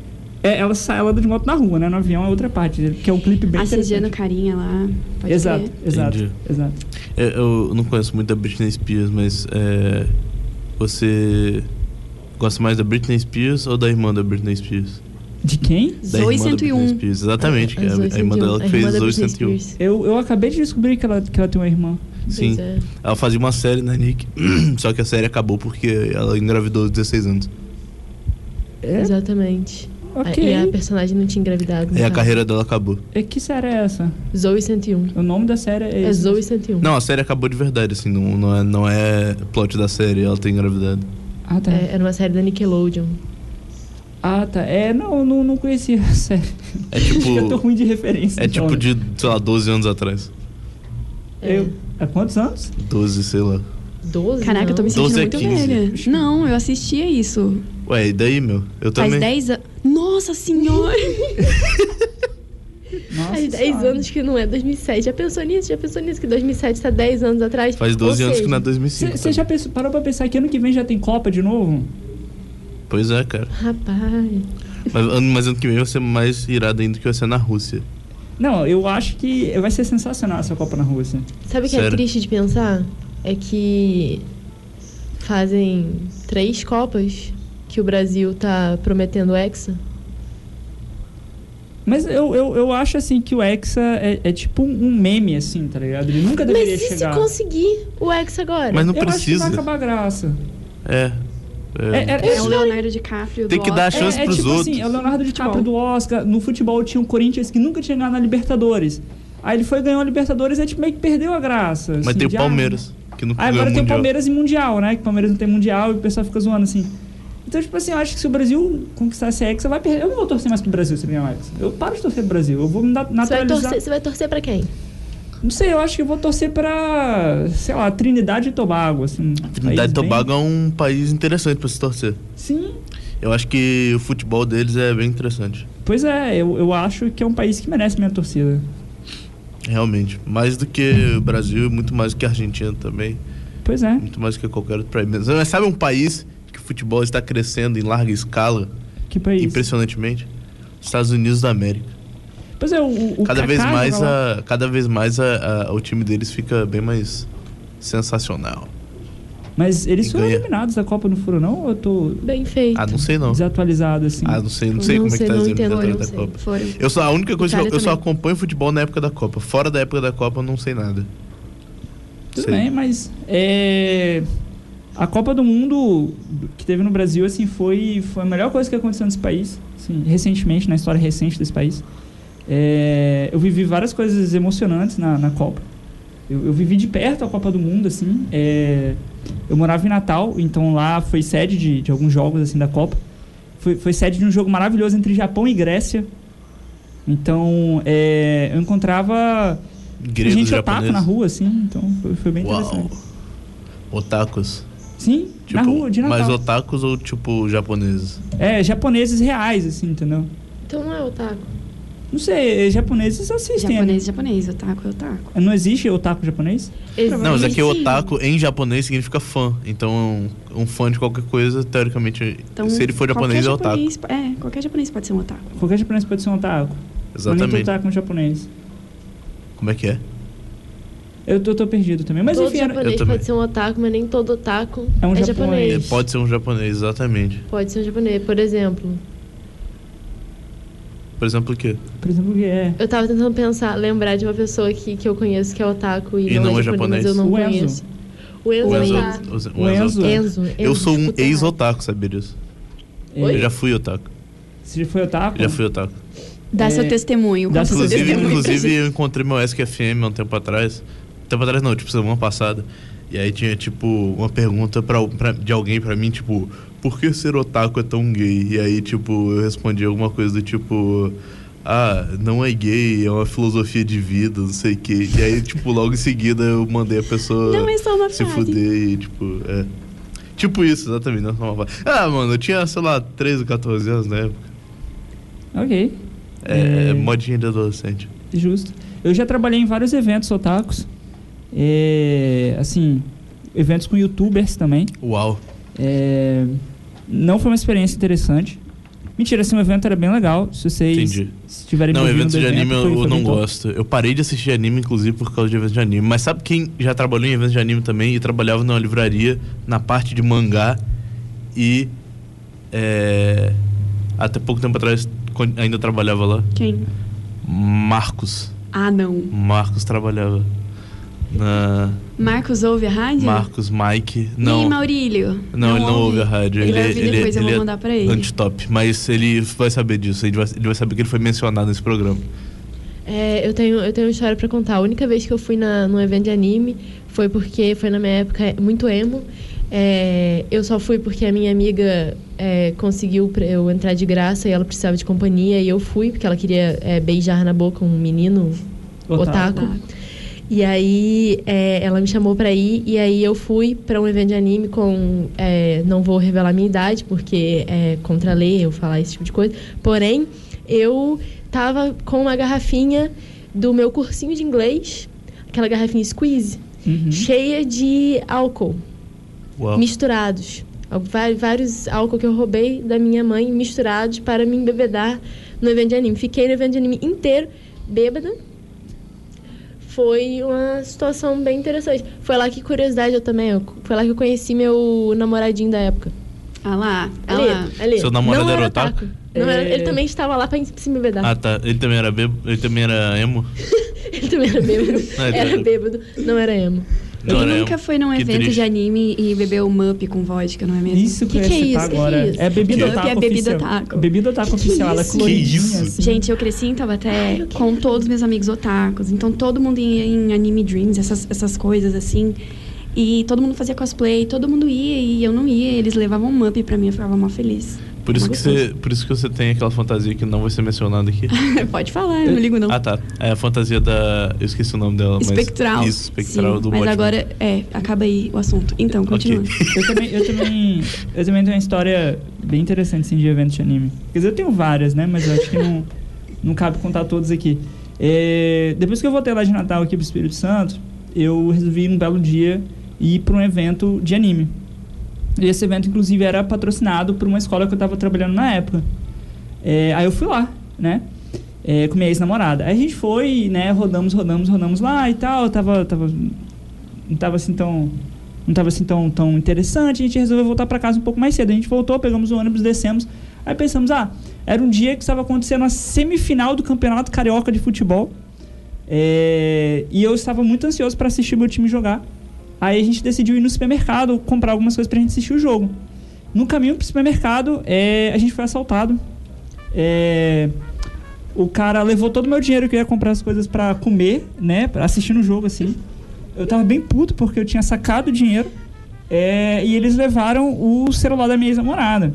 S5: É, ela sai, ela anda de moto na rua, né? No avião é outra parte, que é um clipe bem
S3: Assediando o
S5: interessante.
S3: carinha lá. Pode
S5: Exato,
S3: crer.
S5: exato,
S2: Entendi.
S5: exato.
S2: É, eu não conheço muito da Britney Spears, mas é, você gosta mais da Britney Spears ou da irmã da Britney Spears?
S5: De quem?
S2: Da irmã
S3: Zoe
S2: da Britney
S3: 101.
S2: Spears, exatamente. que é
S4: As
S2: a,
S4: um. Zoe
S2: a irmã
S4: 101,
S2: dela que
S4: a
S2: fez
S4: irmã da
S2: Zoe
S4: Britney
S2: 101.
S4: Spears.
S5: Eu, eu acabei de descobrir que ela, que ela tem uma irmã.
S2: Sim.
S4: Pois é.
S2: Ela fazia uma série na Nick, só que a série acabou porque ela engravidou aos 16 anos.
S5: É?
S4: Exatamente. E a
S5: Ok.
S4: personagem não tinha engravidado. no
S2: E a
S4: caso.
S2: carreira dela acabou.
S5: É, que série é essa?
S4: Zoe 101.
S5: O nome da série é
S4: É
S5: esse.
S4: Zoe 101.
S2: Não, a série acabou de verdade, assim, não, não, é, não é plot da série, ela tem engravidado.
S5: Ah, tá.
S4: É, era uma série da Nickelodeon.
S5: Ah, tá. É, não, eu não, não conhecia a série.
S2: É
S5: Acho que eu tô
S2: tipo.
S5: ruim de referência.
S2: É tipo
S5: então.
S2: de, sei lá, 12 anos atrás.
S4: É,
S5: Eu, há quantos anos?
S2: 12, sei lá.
S4: 12?
S3: Caraca, eu tô me
S4: não?
S2: Doze
S3: sentindo
S2: a
S3: muito
S2: 15.
S3: velha. Não, eu assistia isso.
S2: Ué, e daí, meu? Eu
S3: Faz
S2: também.
S3: 10 anos. Nossa senhora!
S5: Nossa
S4: Faz 10
S5: senhora.
S4: anos que não é 2007. Já pensou nisso? Já pensou nisso? Que 2007 tá 10 anos atrás?
S2: Faz 12
S4: Ou
S2: anos que
S4: seja,
S2: não é
S5: Você
S2: 2005.
S5: você já
S2: tá?
S5: pensou- parou pra pensar que ano que vem já tem Copa de novo?
S2: Pois é, cara.
S4: Rapaz.
S2: Mas, ano- mas ano que vem vai ser mais irado ainda que vai ser na Rússia.
S5: Não, eu acho que vai ser sensacional essa Copa na assim. Rússia.
S4: Sabe o que é
S2: Sério?
S4: triste de pensar? É que fazem três Copas que o Brasil tá prometendo Hexa.
S5: Mas eu, eu, eu acho, assim, que o Hexa é, é tipo um meme, assim, tá ligado? Ele nunca
S4: Mas
S5: deveria
S4: e se
S5: chegar.
S4: conseguir o Hexa agora?
S2: Mas não
S5: eu acho que
S2: precisa.
S5: vai acabar a graça.
S2: É.
S5: É,
S2: É.
S5: é, é,
S3: É o Leonardo DiCaprio.
S2: Tem
S3: do
S2: que dar a
S3: Oscar.
S2: chance
S5: é, é
S2: pros
S5: tipo
S2: outros.
S5: assim, é o Leonardo DiCaprio
S3: Futebol.
S5: do Oscar. No futebol tinha o Corinthians que nunca tinha ganhado na Libertadores. Aí ele foi ganhar a Libertadores e tipo, meio que perdeu a graça.
S2: Mas
S5: assim,
S2: tem o
S5: de, ah,
S2: Palmeiras, que não
S5: Ah,
S2: ganhou
S5: agora tem o
S2: mundial.
S5: Palmeiras e Mundial, né? Que o Palmeiras não tem Mundial e o pessoal fica zoando assim. Então, tipo assim, eu acho que se o Brasil conquistar essa Hexa, vai perder. Eu não vou torcer mais pro Brasil se ele ganhar o Hexa. Eu paro de torcer pro Brasil. Eu vou me na-
S4: Você vai,
S5: naturalizar.
S4: torcer, você vai torcer pra quem?
S5: Não sei, eu acho que eu vou torcer pra, sei lá, Trinidade e Tobago, assim. um
S2: Trinidade
S5: país
S2: e
S5: bem-
S2: Tobago é um país interessante pra se torcer.
S5: Sim.
S2: Eu acho que o futebol deles é bem interessante.
S5: Pois é, eu, eu acho que é um país que merece minha torcida.
S2: Realmente. Mais do que o Brasil, muito mais do que a Argentina também.
S5: Pois é.
S2: Muito mais do que qualquer outro país. Mas sabe um país que o futebol está crescendo em larga escala,
S5: Que país.
S2: impressionantemente? Estados Unidos da América.
S5: Pois é, o, o
S2: Cada
S5: Kaká
S2: vez, mais
S5: joga lá.
S2: a, cada vez mais a- a- o time deles fica bem mais sensacional.
S5: Mas eles foram
S2: ganha.
S5: eliminados da Copa, não foram, não? Ou eu tô
S4: Bem feito.
S2: Ah, não sei não.
S5: desatualizado, assim?
S2: Ah, não sei, não sei
S4: Não
S2: como é
S4: sei,
S2: que tá
S4: não
S2: as
S4: entendo,
S2: eliminatórias
S4: não
S2: da
S4: sei.
S2: Copa.
S3: Foram.
S2: Eu só, a única coisa que eu,
S4: Itália
S2: eu só
S4: também.
S2: acompanho futebol na época da Copa. Fora da época da Copa, eu não sei nada.
S5: Tudo
S2: Sei.
S5: bem, mas é, a Copa do Mundo que teve no Brasil assim foi, foi a melhor coisa que aconteceu nesse país, assim, recentemente na história recente desse país. É, eu vivi várias coisas emocionantes na, na Copa. Eu, eu vivi de perto a Copa do Mundo, assim. é, eu morava em Natal, então lá foi sede de, de alguns jogos assim da Copa. Foi, foi sede de um jogo maravilhoso entre Japão e Grécia. Então é, eu encontrava
S2: Gregos,
S5: gente otaku
S2: japoneses.
S5: na rua, assim, então foi, foi bem
S2: Uau.
S5: interessante.
S2: Otakus.
S5: Sim,
S2: Tipo,
S5: na rua, de
S2: Mas
S5: Natal.
S2: otakus ou tipo japoneses?
S5: É, japoneses reais, assim, entendeu?
S4: Então não é otaku.
S5: Não sei, é, japoneses assistem.
S3: Japonês, japonês, otaku, é otaku.
S5: né? Não existe otaku japonês?
S4: Existe.
S2: Não, mas aqui é otaku em japonês significa fã. Então, um fã de qualquer coisa, teoricamente,
S3: Então,
S2: se ele for japonês, é
S3: qualquer
S2: otaku.
S3: japonês- É, qualquer japonês pode ser um otaku.
S5: Qualquer japonês pode ser um otaku. Mas nem
S2: Exatamente.
S5: todo otaku é um japonês.
S2: Como é que é?
S5: Eu tô, tô perdido também. Mas
S4: todo
S5: enfim,
S2: Eu
S5: era-
S4: japonês
S2: também.
S4: pode ser um otaku, mas nem todo otaku
S5: É
S4: é,
S5: um japonês.
S4: japonês.
S2: É,
S5: Isso.
S2: Pode ser um japonês, exatamente.
S4: Pode ser um japonês. Por exemplo,
S2: Por exemplo, o quê?
S5: por exemplo, que é.
S4: eu tava tentando pensar, lembrar de uma pessoa aqui que eu conheço que é otaku e,
S2: E não é japonês.
S4: mas eu não
S5: O Enzo.
S4: conheço. O Enzo.
S2: O Enzo-
S4: otaku.
S2: o-
S5: O
S2: o Enzo é
S5: Enzo.
S2: otaku.
S4: Enzo.
S2: Eu sou um
S4: escuta.
S2: ex-otaku, sabia disso?
S4: Oi?
S2: Eu já fui otaku.
S5: Se é, foi otaku?
S2: Já fui otaku.
S3: Dá
S5: É,
S3: seu testemunho.
S5: dá
S3: conta
S5: seu
S3: seu
S2: Inclusive,
S5: testemunho.
S3: testemunho.
S2: inclusive eu encontrei meu SQFM há um tempo atrás. Um tempo atrás não, tipo semana passada. E aí tinha, tipo, uma pergunta pra, pra- de alguém pra mim, tipo, por que ser otaku é tão gay? E aí, tipo, eu respondi alguma coisa do tipo. Ah, não é gay, é uma filosofia de vida, não sei o quê. E aí, tipo, logo em seguida eu mandei a pessoa
S3: Não é só uma
S2: se
S3: frase.
S2: fuder e, tipo, é. Tipo isso, exatamente. Não, não, não. Ah, mano, eu tinha, sei lá, 13, 14 anos na época.
S5: Ok,
S2: É,
S3: Hum.
S5: É.
S2: modinha de adolescente.
S5: justo. Eu já trabalhei em vários eventos otakus. É, assim, eventos com youtubers também.
S2: Uau.
S5: É, não foi uma experiência interessante. Mentira, assim, o evento era bem legal. Se vocês
S2: Entendi.
S5: estiverem
S2: Não,
S5: me ouvindo
S2: eventos
S5: do
S2: de anime
S5: evento, foi-
S2: eu,
S5: foi
S2: eu não
S5: bem top.
S2: gosto. Eu parei de assistir anime, inclusive, por causa de eventos de anime. Mas sabe quem já trabalhou em eventos de anime também e trabalhava numa livraria na parte de mangá e. é, até pouco tempo atrás con- ainda trabalhava lá?
S3: Quem?
S2: Marcos.
S3: Ah, não.
S2: Marcos trabalhava. Na
S3: Marcos ouve a rádio?
S2: Marcos, Mike.
S3: E
S2: Não.
S3: Maurílio?
S2: Não, ele não ouve a rádio.
S3: Ele, vai ouvir depois, eu
S2: ele
S3: vou
S2: é
S3: mandar pra ele.
S2: Anti-top. Mas ele vai saber disso. Ele vai, ele vai saber que ele foi mencionado nesse programa.
S4: É, eu tenho, eu tenho uma história pra contar. A única vez que eu fui na, num evento de anime foi porque foi na minha época muito emo. É, eu só fui porque a minha amiga é, conseguiu pra eu entrar de graça e ela precisava de companhia e eu fui porque ela queria é, beijar na boca um menino
S5: Otaku.
S4: otaku. E aí é, ela me chamou pra ir e aí eu fui pra um evento de anime com é, não vou revelar minha idade porque é contra a lei eu falar esse tipo de coisa. Porém eu tava com uma garrafinha do meu cursinho de inglês, aquela garrafinha squeeze,
S5: Uhum.
S4: cheia de álcool
S2: Uau.
S4: misturados. Al- va- Vários álcool que eu roubei da minha mãe misturados para me embebedar no evento de anime. Fiquei no evento de anime inteiro, bêbada. Foi uma situação bem interessante. Foi lá que, curiosidade, eu também. eu- Foi lá que eu conheci meu namoradinho da época.
S3: Ah lá, ah
S4: Ali,
S3: lá.
S4: ali.
S2: Seu namorado
S4: Não
S2: era
S4: era
S2: otaku?
S4: Não era-
S5: É.
S4: Ele também estava lá para se embebedar.
S2: Ah, tá. Ele também era bebo, ele também era emo.
S4: Ele também era bêbado.
S2: Não, é ele
S4: era
S2: era-
S4: bêbado, não era emo.
S2: Não
S3: Quem
S2: era
S3: nunca
S2: emo.
S3: foi num
S2: Que
S3: evento
S2: triste.
S3: de anime e bebeu um up com vodka, não é mesmo?
S5: Isso que,
S3: que,
S5: eu ia
S3: que é
S5: citar
S3: isso?
S5: agora.
S3: Que que é
S5: é
S3: isso?
S5: bebida
S3: Up
S5: otaku
S3: é bebida
S5: oficial.
S3: otaku.
S5: Bebida otaku
S3: Que que
S5: oficial, ela é
S3: isso?
S5: coloridinha,
S2: Que isso?
S5: assim.
S3: Gente, eu cresci em Taubaté com todos meus amigos otakus. Então, todo mundo ia em anime dreams, essas, essas coisas assim. E todo mundo fazia cosplay, todo mundo ia e eu não ia. Eles levavam um up pra mim, eu ficava mó feliz.
S2: Por isso,
S3: Uma
S2: que você, por isso que você tem aquela fantasia que não vai ser mencionada aqui.
S3: Pode falar, eu não ligo não.
S2: Ah, tá. É a fantasia da. Eu esqueci o nome dela, mas.
S3: espectral.
S2: Isso, espectral
S3: Sim,
S2: do
S3: Mas
S2: Batman.
S3: agora, é, acaba aí o assunto. Então, continua.
S5: Eu também, eu, também, eu também tenho uma história bem interessante assim, de eventos de anime. Quer dizer, eu tenho várias, né? Mas eu acho que não, não cabe contar todas aqui. É, depois que eu voltei lá de Natal aqui pro Espírito Santo, eu resolvi um belo dia ir para um evento de anime. E esse evento, inclusive, era patrocinado por uma escola que eu tava trabalhando na época. É, aí eu fui lá, né? É, com minha ex-namorada. Aí a gente foi, né? Rodamos, rodamos, rodamos lá e tal. Eu tava, tava, não tava assim tão não estava assim tão, tão interessante, a gente resolveu voltar para casa um pouco mais cedo. A gente voltou, pegamos o ônibus, descemos. Aí pensamos, ah, era um dia que estava acontecendo a semifinal do Campeonato Carioca de Futebol. É, e eu estava muito ansioso para assistir meu time jogar. Aí a gente decidiu ir no supermercado comprar algumas coisas pra gente assistir o jogo. No caminho pro supermercado, é, a gente foi assaltado. É, o cara levou todo o meu dinheiro que eu ia comprar as coisas pra comer, né? Pra assistir no jogo, assim. Eu tava bem puto porque eu tinha sacado o dinheiro é, e eles levaram o celular da minha ex-namorada.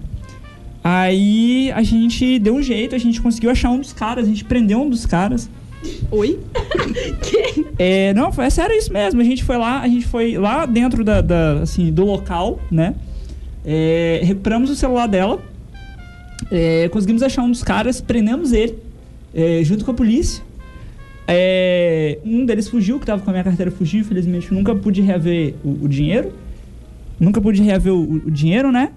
S5: Aí a gente deu um jeito, a gente conseguiu achar um dos caras, a gente prendeu um dos caras.
S3: Oi?
S5: É, não, foi, é sério isso mesmo. A gente foi lá, a gente foi lá dentro da, da- assim, do local, né? É, recuperamos o celular dela, é, conseguimos achar um dos caras, prendemos ele, é, junto com a polícia. É, um deles fugiu, que tava com a minha carteira fugiu, infelizmente nunca pude reaver o, o dinheiro. Nunca pude reaver o, o dinheiro, né?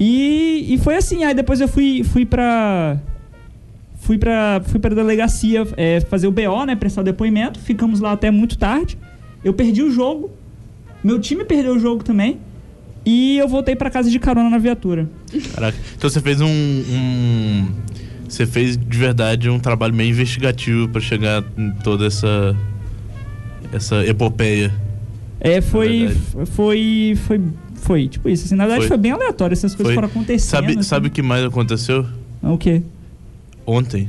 S5: E, e foi assim, aí depois eu fui, fui pra fui pra, fui pra delegacia é, fazer o BO, né? Prestar depoimento. Ficamos lá até muito tarde. Eu perdi o jogo. Meu time perdeu o jogo também. E eu voltei pra casa de carona na viatura.
S2: Caraca. Então você fez um, um- Você fez de verdade um trabalho meio investigativo pra chegar em toda essa. Essa epopeia.
S5: É,
S2: Na
S5: foi.
S2: verdade.
S5: Foi. Foi. Foi, tipo isso. Assim, na verdade
S2: Foi.
S5: foi, bem aleatório. Essas coisas
S2: Foi.
S5: foram acontecendo.
S2: Sabe,
S5: assim.
S2: sabe o que mais aconteceu?
S5: Ah, O quê?
S2: Ontem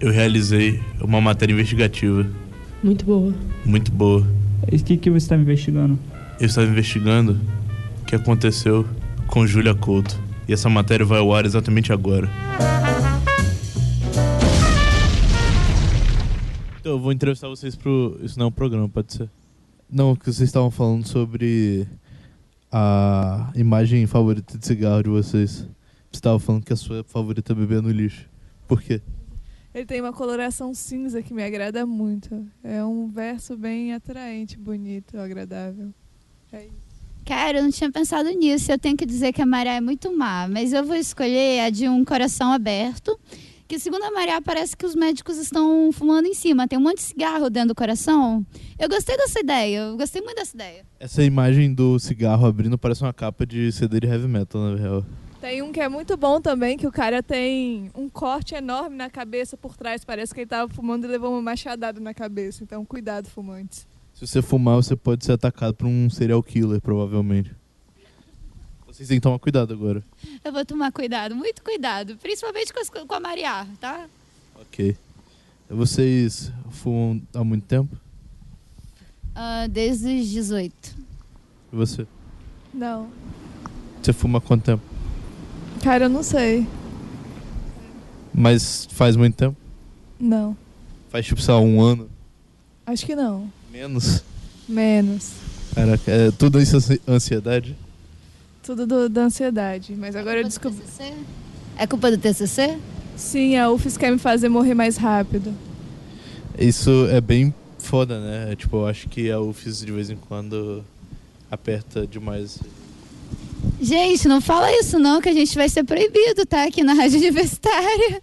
S2: eu realizei uma matéria investigativa
S4: Muito boa.
S2: muito boa.
S5: O que, que você tá me investigando?
S2: Eu estava investigando o que aconteceu com Júlia Couto. E essa matéria vai ao ar exatamente agora. Então, eu vou entrevistar vocês pro. Isso não é um programa, pode ser.
S1: Não, que vocês estavam falando sobre a imagem favorita de cigarro de vocês. Você estava falando que a sua favorita bebê é no lixo. Por quê?
S6: Ele tem uma coloração cinza que me agrada muito. É um verso bem atraente, bonito, agradável. É isso.
S8: Cara, eu não tinha pensado nisso. Eu tenho que dizer que a Maré é muito má, mas eu vou escolher a de um coração aberto. Que segundo a Maré, parece que os médicos estão fumando em cima. Tem um monte de cigarro dentro do coração. Eu gostei dessa ideia, eu gostei muito dessa ideia.
S1: Essa imagem do cigarro abrindo parece uma capa de CD de heavy metal, na real.
S6: Tem um que é muito bom também, que o cara tem um corte enorme na cabeça por trás. Parece que ele tava fumando e levou uma machadada na cabeça. Então, cuidado, fumantes.
S1: Se você fumar, você pode ser atacado por um serial killer, provavelmente. Vocês têm que tomar cuidado agora.
S8: Eu vou tomar cuidado, muito cuidado. Principalmente com, as co- com a Maria, tá?
S1: Ok. Vocês fumam há muito tempo?
S8: Ah, desde os 18.
S1: E você?
S6: Não.
S1: Você fuma há quanto tempo?
S6: Cara, eu não sei.
S1: Mas faz muito tempo?
S6: Não.
S1: Faz tipo, sei lá, um ano?
S6: Acho que não.
S1: Menos?
S6: Menos.
S1: Caraca, é tudo isso ansi- ansiedade?
S6: Tudo do- da ansiedade. Mas agora eu
S8: Culpa do
S6: descobri.
S8: TCC? É culpa do TCC?
S6: Sim, a UFES quer me fazer morrer mais rápido.
S1: Isso é bem foda, né? É, Tipo, eu acho que a UFES de vez em quando aperta demais.
S8: Gente, não fala isso não, que a gente vai ser proibido, tá? Aqui na Rádio Universitária.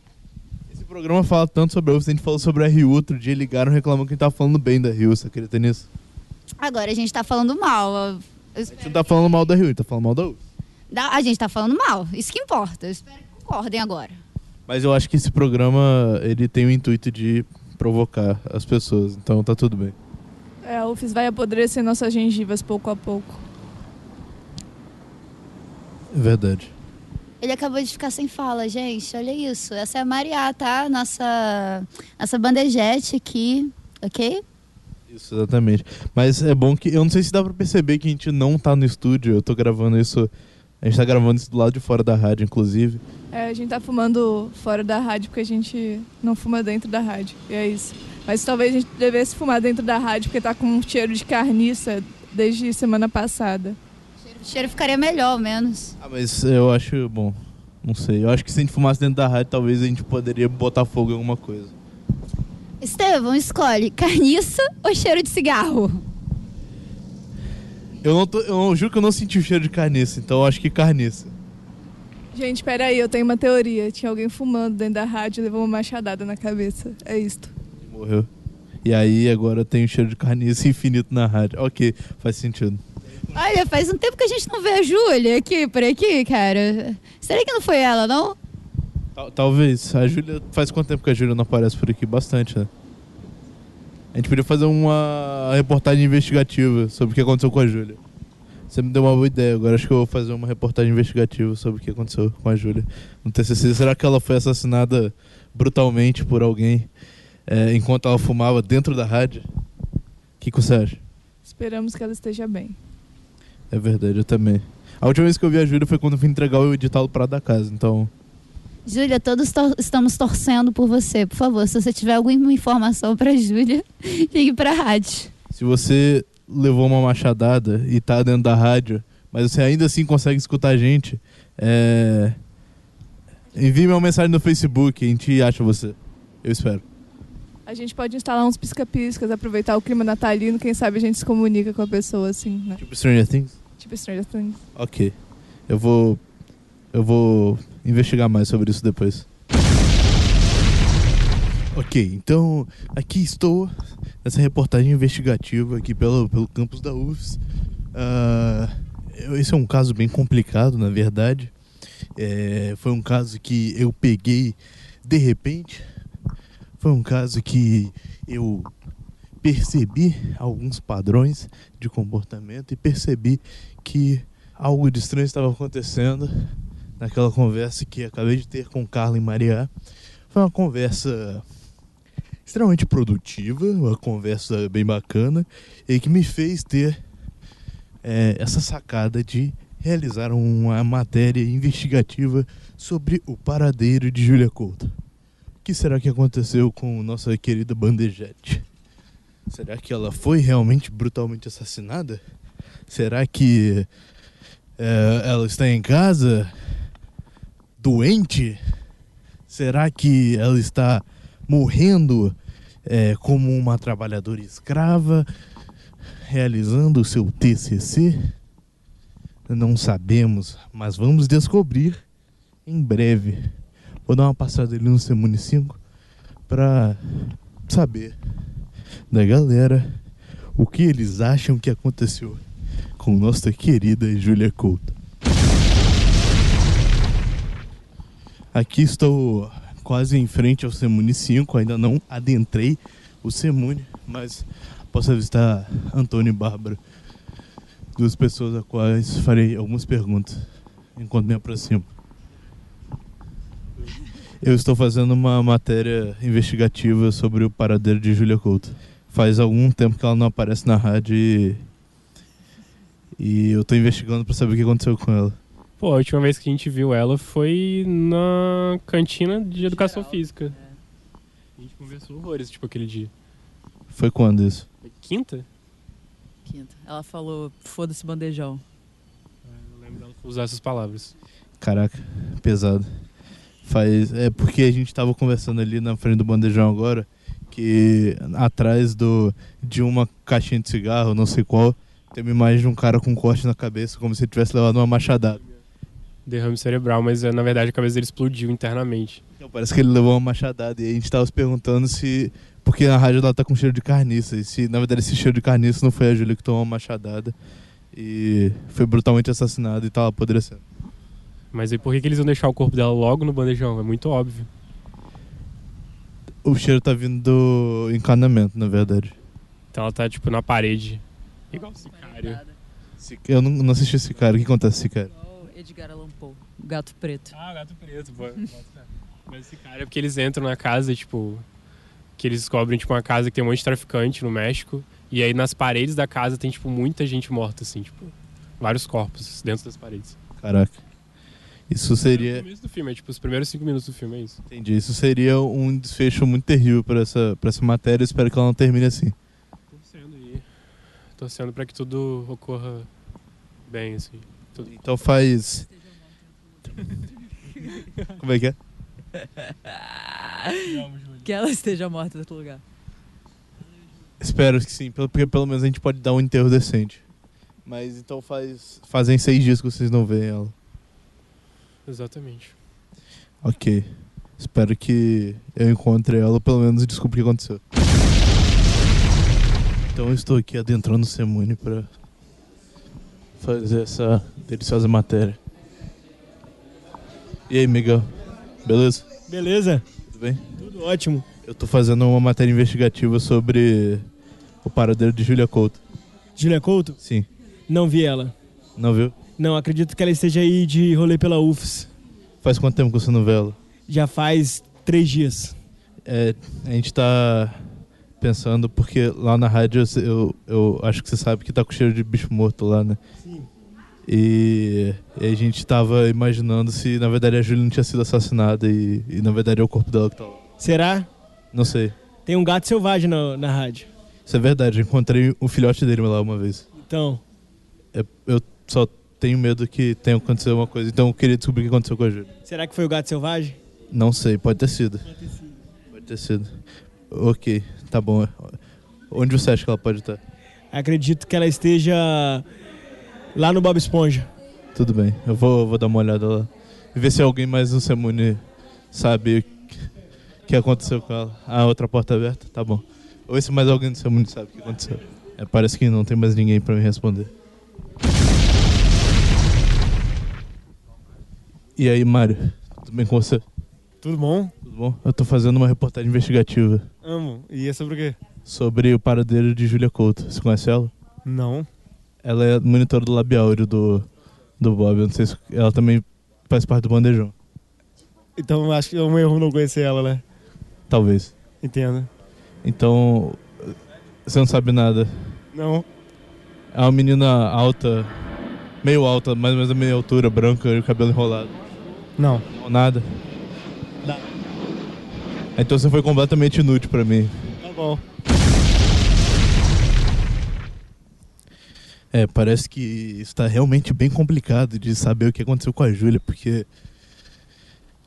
S1: Esse programa fala tanto sobre a UFES, a gente falou sobre a RU outro dia, ligaram reclamando que a gente tá falando bem da RU, você acredita nisso?
S8: Agora a gente tá falando mal. Eu- eu
S1: A
S8: espero
S1: gente não tá falando mal da RU, a gente tá falando mal da UFES.
S8: Da- a gente tá falando mal, isso que importa. Eu espero que concordem agora.
S1: Mas eu acho que esse programa, ele tem o intuito de provocar as pessoas, então tá tudo bem.
S6: É, a UFES vai apodrecer nossas gengivas pouco a pouco.
S1: É verdade.
S8: Ele acabou de ficar sem fala, gente. Olha isso. Essa é a Mariá, tá? Nossa, nossa bandejete aqui, ok?
S1: Isso, exatamente. Mas é bom que. Eu não sei se dá pra perceber que a gente não tá no estúdio. Eu tô gravando isso
S2: A gente tá gravando isso do lado de fora da rádio, inclusive.
S6: É, a gente tá fumando fora da rádio porque a gente não fuma dentro da rádio. E é isso. Mas talvez a gente devesse fumar dentro da rádio porque tá com um cheiro de carniça desde semana passada.
S8: O cheiro ficaria melhor, ao menos.
S2: Ah, mas eu acho, bom, não sei. Eu acho que se a gente fumasse dentro da rádio, talvez a gente poderia botar fogo em alguma coisa.
S8: Estevão, escolhe carniça ou cheiro de cigarro?
S2: Eu não tô, eu não- juro que eu não senti o cheiro de carniça, então eu acho que carniça.
S6: Gente, peraí, eu tenho uma teoria. Tinha alguém fumando dentro da rádio e levou uma machadada na cabeça. É isto.
S2: Morreu. E aí agora tem o cheiro de carniça infinito na rádio. Ok, faz sentido.
S8: Olha, faz um tempo que a gente não vê a Júlia aqui, por aqui, cara. Será que não foi ela, não?
S2: Tal- talvez. A Júlia. Faz quanto tempo que a Júlia não aparece por aqui? Bastante, né? A gente podia fazer uma reportagem investigativa sobre o que aconteceu com a Júlia. Você me deu uma boa ideia, agora acho que eu vou fazer uma reportagem investigativa sobre o que aconteceu com a Júlia no TCC. Será que ela foi assassinada brutalmente por alguém é, enquanto ela fumava dentro da rádio? O que, que você acha?
S6: Esperamos que ela esteja bem.
S2: É verdade, eu também. A última vez que eu vi a Júlia foi quando eu fui entregar o edital para da casa, então.
S8: Júlia, todos tor- estamos torcendo por você. Por favor, se você tiver alguma informação pra Júlia, ligue pra rádio.
S2: Se você levou uma machadada e tá dentro da rádio, mas você ainda assim consegue escutar a gente, é... envie uma mensagem no Facebook, a gente acha você. Eu espero.
S6: A gente pode instalar uns pisca-piscas, aproveitar o clima natalino. Quem sabe a gente se comunica com a pessoa, assim, né?
S2: Tipo Stranger Things?
S6: Tipo Stranger Things.
S2: Ok. Eu vou. Eu vou investigar mais sobre isso depois. Ok, então aqui estou nessa reportagem investigativa aqui pelo, pelo campus da UFS. Ah, eu- esse é um caso bem complicado, na verdade. É, foi um caso que eu peguei de repente. Foi um caso que eu percebi alguns padrões de comportamento e percebi que algo de estranho estava acontecendo naquela conversa que acabei de ter com Carla e Maria. Foi uma conversa extremamente produtiva, uma conversa bem bacana e que me fez ter eh, essa sacada de realizar uma matéria investigativa sobre o paradeiro de Julia Couto. O que será que aconteceu com nossa querida bandejete? Será que ela foi realmente brutalmente assassinada? Será que eh, ela está em casa? Doente? Será que ela está morrendo eh, como uma trabalhadora escrava? Realizando o seu TCC? Não sabemos, mas vamos descobrir em breve. Vou dar uma passada ali no C5 para saber da galera o que eles acham que aconteceu com nossa querida Júlia Couto. Aqui estou quase em frente ao Semune 5, ainda não adentrei o Semune, mas posso avistar Antônio e Bárbara, duas pessoas a quais farei algumas perguntas enquanto me aproximo. Eu estou fazendo uma matéria investigativa sobre o paradeiro de Júlia Couto. Faz algum tempo que ela não aparece na rádio e e eu tô investigando pra saber o que aconteceu com ela.
S9: Pô, a última vez que a gente viu ela foi na cantina é. de educação física. A gente conversou horrores, tipo, aquele dia.
S2: Foi quando isso?
S9: Foi Quinta?
S10: Quinta. Ela falou, foda-se bandejão.
S9: É, Eu lembro dela usar essas palavras.
S2: Caraca, pesado. Faz. É porque a gente tava conversando ali na frente do bandejão agora, que atrás do de uma caixinha de cigarro, não sei qual, tem uma imagem de um cara com um corte na cabeça, como se ele tivesse levado uma machadada.
S9: Derrame cerebral, mas eh, na verdade a cabeça dele explodiu internamente.
S2: Então, parece que ele levou uma machadada. E a gente tava se perguntando se. Porque na rádio ela tá com cheiro de carniça. E se, na verdade, esse cheiro de carniça não foi a Júlia que tomou uma machadada. E foi brutalmente assassinada e tava apodrecendo.
S9: Mas aí por que, que eles iam deixar o corpo dela logo no bandejão? É muito óbvio.
S2: O cheiro tá vindo do encanamento, na verdade.
S9: Então ela tá, tipo, na parede. Igual sicário.
S2: Eu não, não assisti esse cara. O que acontece esse cara?
S10: Igual Edgar Allan Poe, o gato preto.
S9: Ah, gato preto, pô. Mas esse cara é porque eles entram na casa, tipo. Que eles descobrem, tipo, uma casa que tem um monte de traficante no México. E aí nas paredes da casa tem, tipo, muita gente morta, assim, tipo. Vários corpos dentro das paredes.
S2: Caraca. Isso
S9: No
S2: seria.
S9: começo do filme, é tipo os primeiros cinco minutos do filme, é isso.
S2: Entendi. Isso seria um desfecho muito terrível pra essa, pra essa matéria. Eu espero que ela não termine assim.
S9: Torcendo aí. Torcendo pra que tudo ocorra bem, assim. Tudo.
S2: Então faz. Como é que é?
S11: Que ela esteja morta em outro lugar.
S2: Espero que sim, pelo- porque pelo menos a gente pode dar um enterro decente. Mas então faz. Fazem seis dias que vocês não veem ela.
S9: Exatamente.
S2: Ok. Espero que eu encontre ela, pelo menos e descubra o que aconteceu. Então eu estou aqui adentrando o Semune para fazer essa deliciosa matéria. E aí, Miguel? Beleza?
S12: Beleza?
S2: Tudo bem?
S12: Tudo ótimo.
S2: Eu tô fazendo uma matéria investigativa sobre o paradeiro de Julia Couto.
S12: Julia Couto?
S2: Sim.
S12: Não vi ela.
S2: Não viu?
S12: Não, acredito que ela esteja aí de rolê pela UFS.
S2: Faz quanto tempo que você não vê ela?
S12: Já faz três dias.
S2: É, a gente tá pensando, porque lá na rádio eu, eu, eu acho que você sabe que tá com cheiro de bicho morto lá, né?
S12: Sim.
S2: E, e a gente tava imaginando se na verdade a Júlia não tinha sido assassinada e, e na verdade é o corpo dela que tá lá.
S12: Será?
S2: Não sei.
S12: Tem um gato selvagem na, na rádio.
S2: Isso é verdade, eu encontrei um filhote dele lá uma vez.
S12: Então,
S2: É- eu só tenho medo que tenha acontecido uma coisa, então eu queria descobrir o que aconteceu com a Júlia.
S12: será que foi o gato selvagem?
S2: Não sei, pode ter sido. Pode ter sido. Ok, tá bom. Onde você acha que ela pode estar?
S12: Acredito que ela esteja lá no Bob Esponja.
S2: Tudo bem, eu vou, vou dar uma olhada lá. E ver se alguém mais no Semune sabe o que- que aconteceu com ela. Ah, outra porta aberta? Tá bom. Ou se mais alguém do Semune sabe o que aconteceu. É, parece que não tem mais ninguém pra me responder. E aí, Mário? Tudo bem com você?
S13: Tudo bom?
S2: Tudo bom? Eu tô fazendo uma reportagem investigativa
S13: Amo. E é sobre o quê?
S2: sobre o paradeiro de Julia Couto. Você conhece ela?
S13: Não.
S2: Ela é monitora do labiáureo do, do Bob. Eu não sei se ela também faz parte do bandejão.
S13: Então eu acho que é um erro não conhecer ela, né?
S2: Talvez.
S13: Entendo.
S2: Então, você não sabe nada.
S13: Não.
S2: É uma menina alta, meio alta, mais ou menos da minha altura, branca e o cabelo enrolado.
S13: Não.
S2: Não, nada.
S13: Dá.
S2: Então você foi completamente inútil pra mim.
S13: Tá bom.
S2: É, parece que está realmente bem complicado de saber o que aconteceu com a Júlia, porque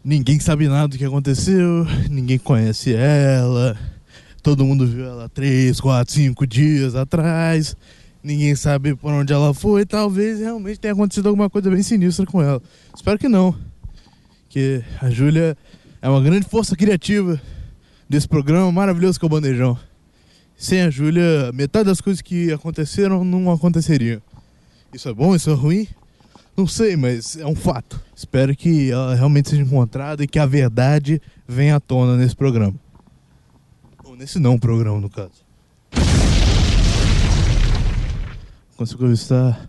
S2: ninguém sabe nada do que aconteceu, ninguém conhece ela, todo mundo viu ela três, quatro, cinco dias atrás, ninguém sabe por onde ela foi, talvez realmente tenha acontecido alguma coisa bem sinistra com ela. Espero que não, que a Júlia é uma grande força criativa desse programa maravilhoso que é o Bandejão. Sem a Júlia, metade das coisas que aconteceram não aconteceriam. Isso é bom, isso é ruim? Não sei, mas é um fato. Espero que ela realmente seja encontrada e que a verdade venha à tona nesse programa. Ou nesse não programa, no caso. Consigo avistar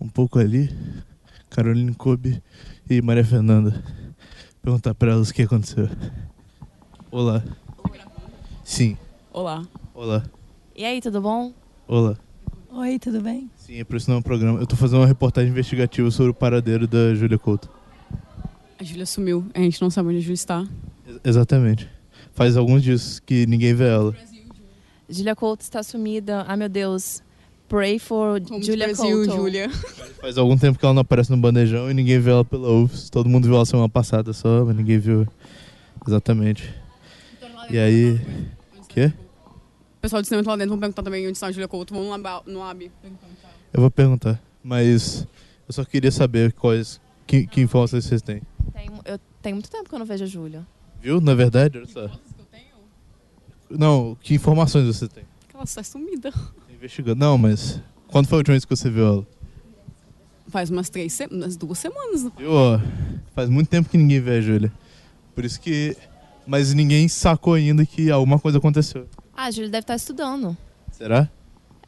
S2: um pouco ali Caroline Kobe e Maria Fernanda. Perguntar pra elas o que aconteceu. Olá. Sim.
S14: Olá.
S2: Olá.
S14: E aí, tudo bom?
S2: Olá.
S11: Oi, tudo bem?
S2: Sim, é por isso não é um programa. Eu tô fazendo uma reportagem investigativa sobre o paradeiro da Júlia Couto.
S14: A Júlia sumiu. A gente não sabe onde a Júlia está.
S2: Exatamente. Faz alguns dias que ninguém vê ela.
S14: Júlia Couto está sumida. Ah, meu Deus. Pray for Júlia
S15: Brasil,
S14: Couto.
S15: Júlia.
S2: Faz algum tempo que ela não aparece no bandejão e ninguém vê ela pela UFS. Todo mundo viu ela semana passada só, mas ninguém viu. Exatamente. E aí. Quê?
S15: O pessoal de cinema tá lá dentro vão perguntar também onde está a Júlia Couto. Vamos lá ba- no AB.
S2: Eu vou perguntar. Mas eu só queria saber quais. Que, que informações vocês têm.
S14: Tem- eu, tem muito tempo que eu não vejo a Júlia.
S2: Viu? Na verdade, olha só. Não, que informações você tem?
S15: Ela está sumida.
S2: Investigando. Não, mas. Quando foi a última vez que você viu ela?
S15: Faz umas três, se- umas duas semanas.
S2: Viu? ó? Faz muito tempo que ninguém vê a Júlia. Por isso que. Mas ninguém sacou ainda que alguma coisa aconteceu.
S14: Ah, a Júlia deve estar estudando.
S2: Será?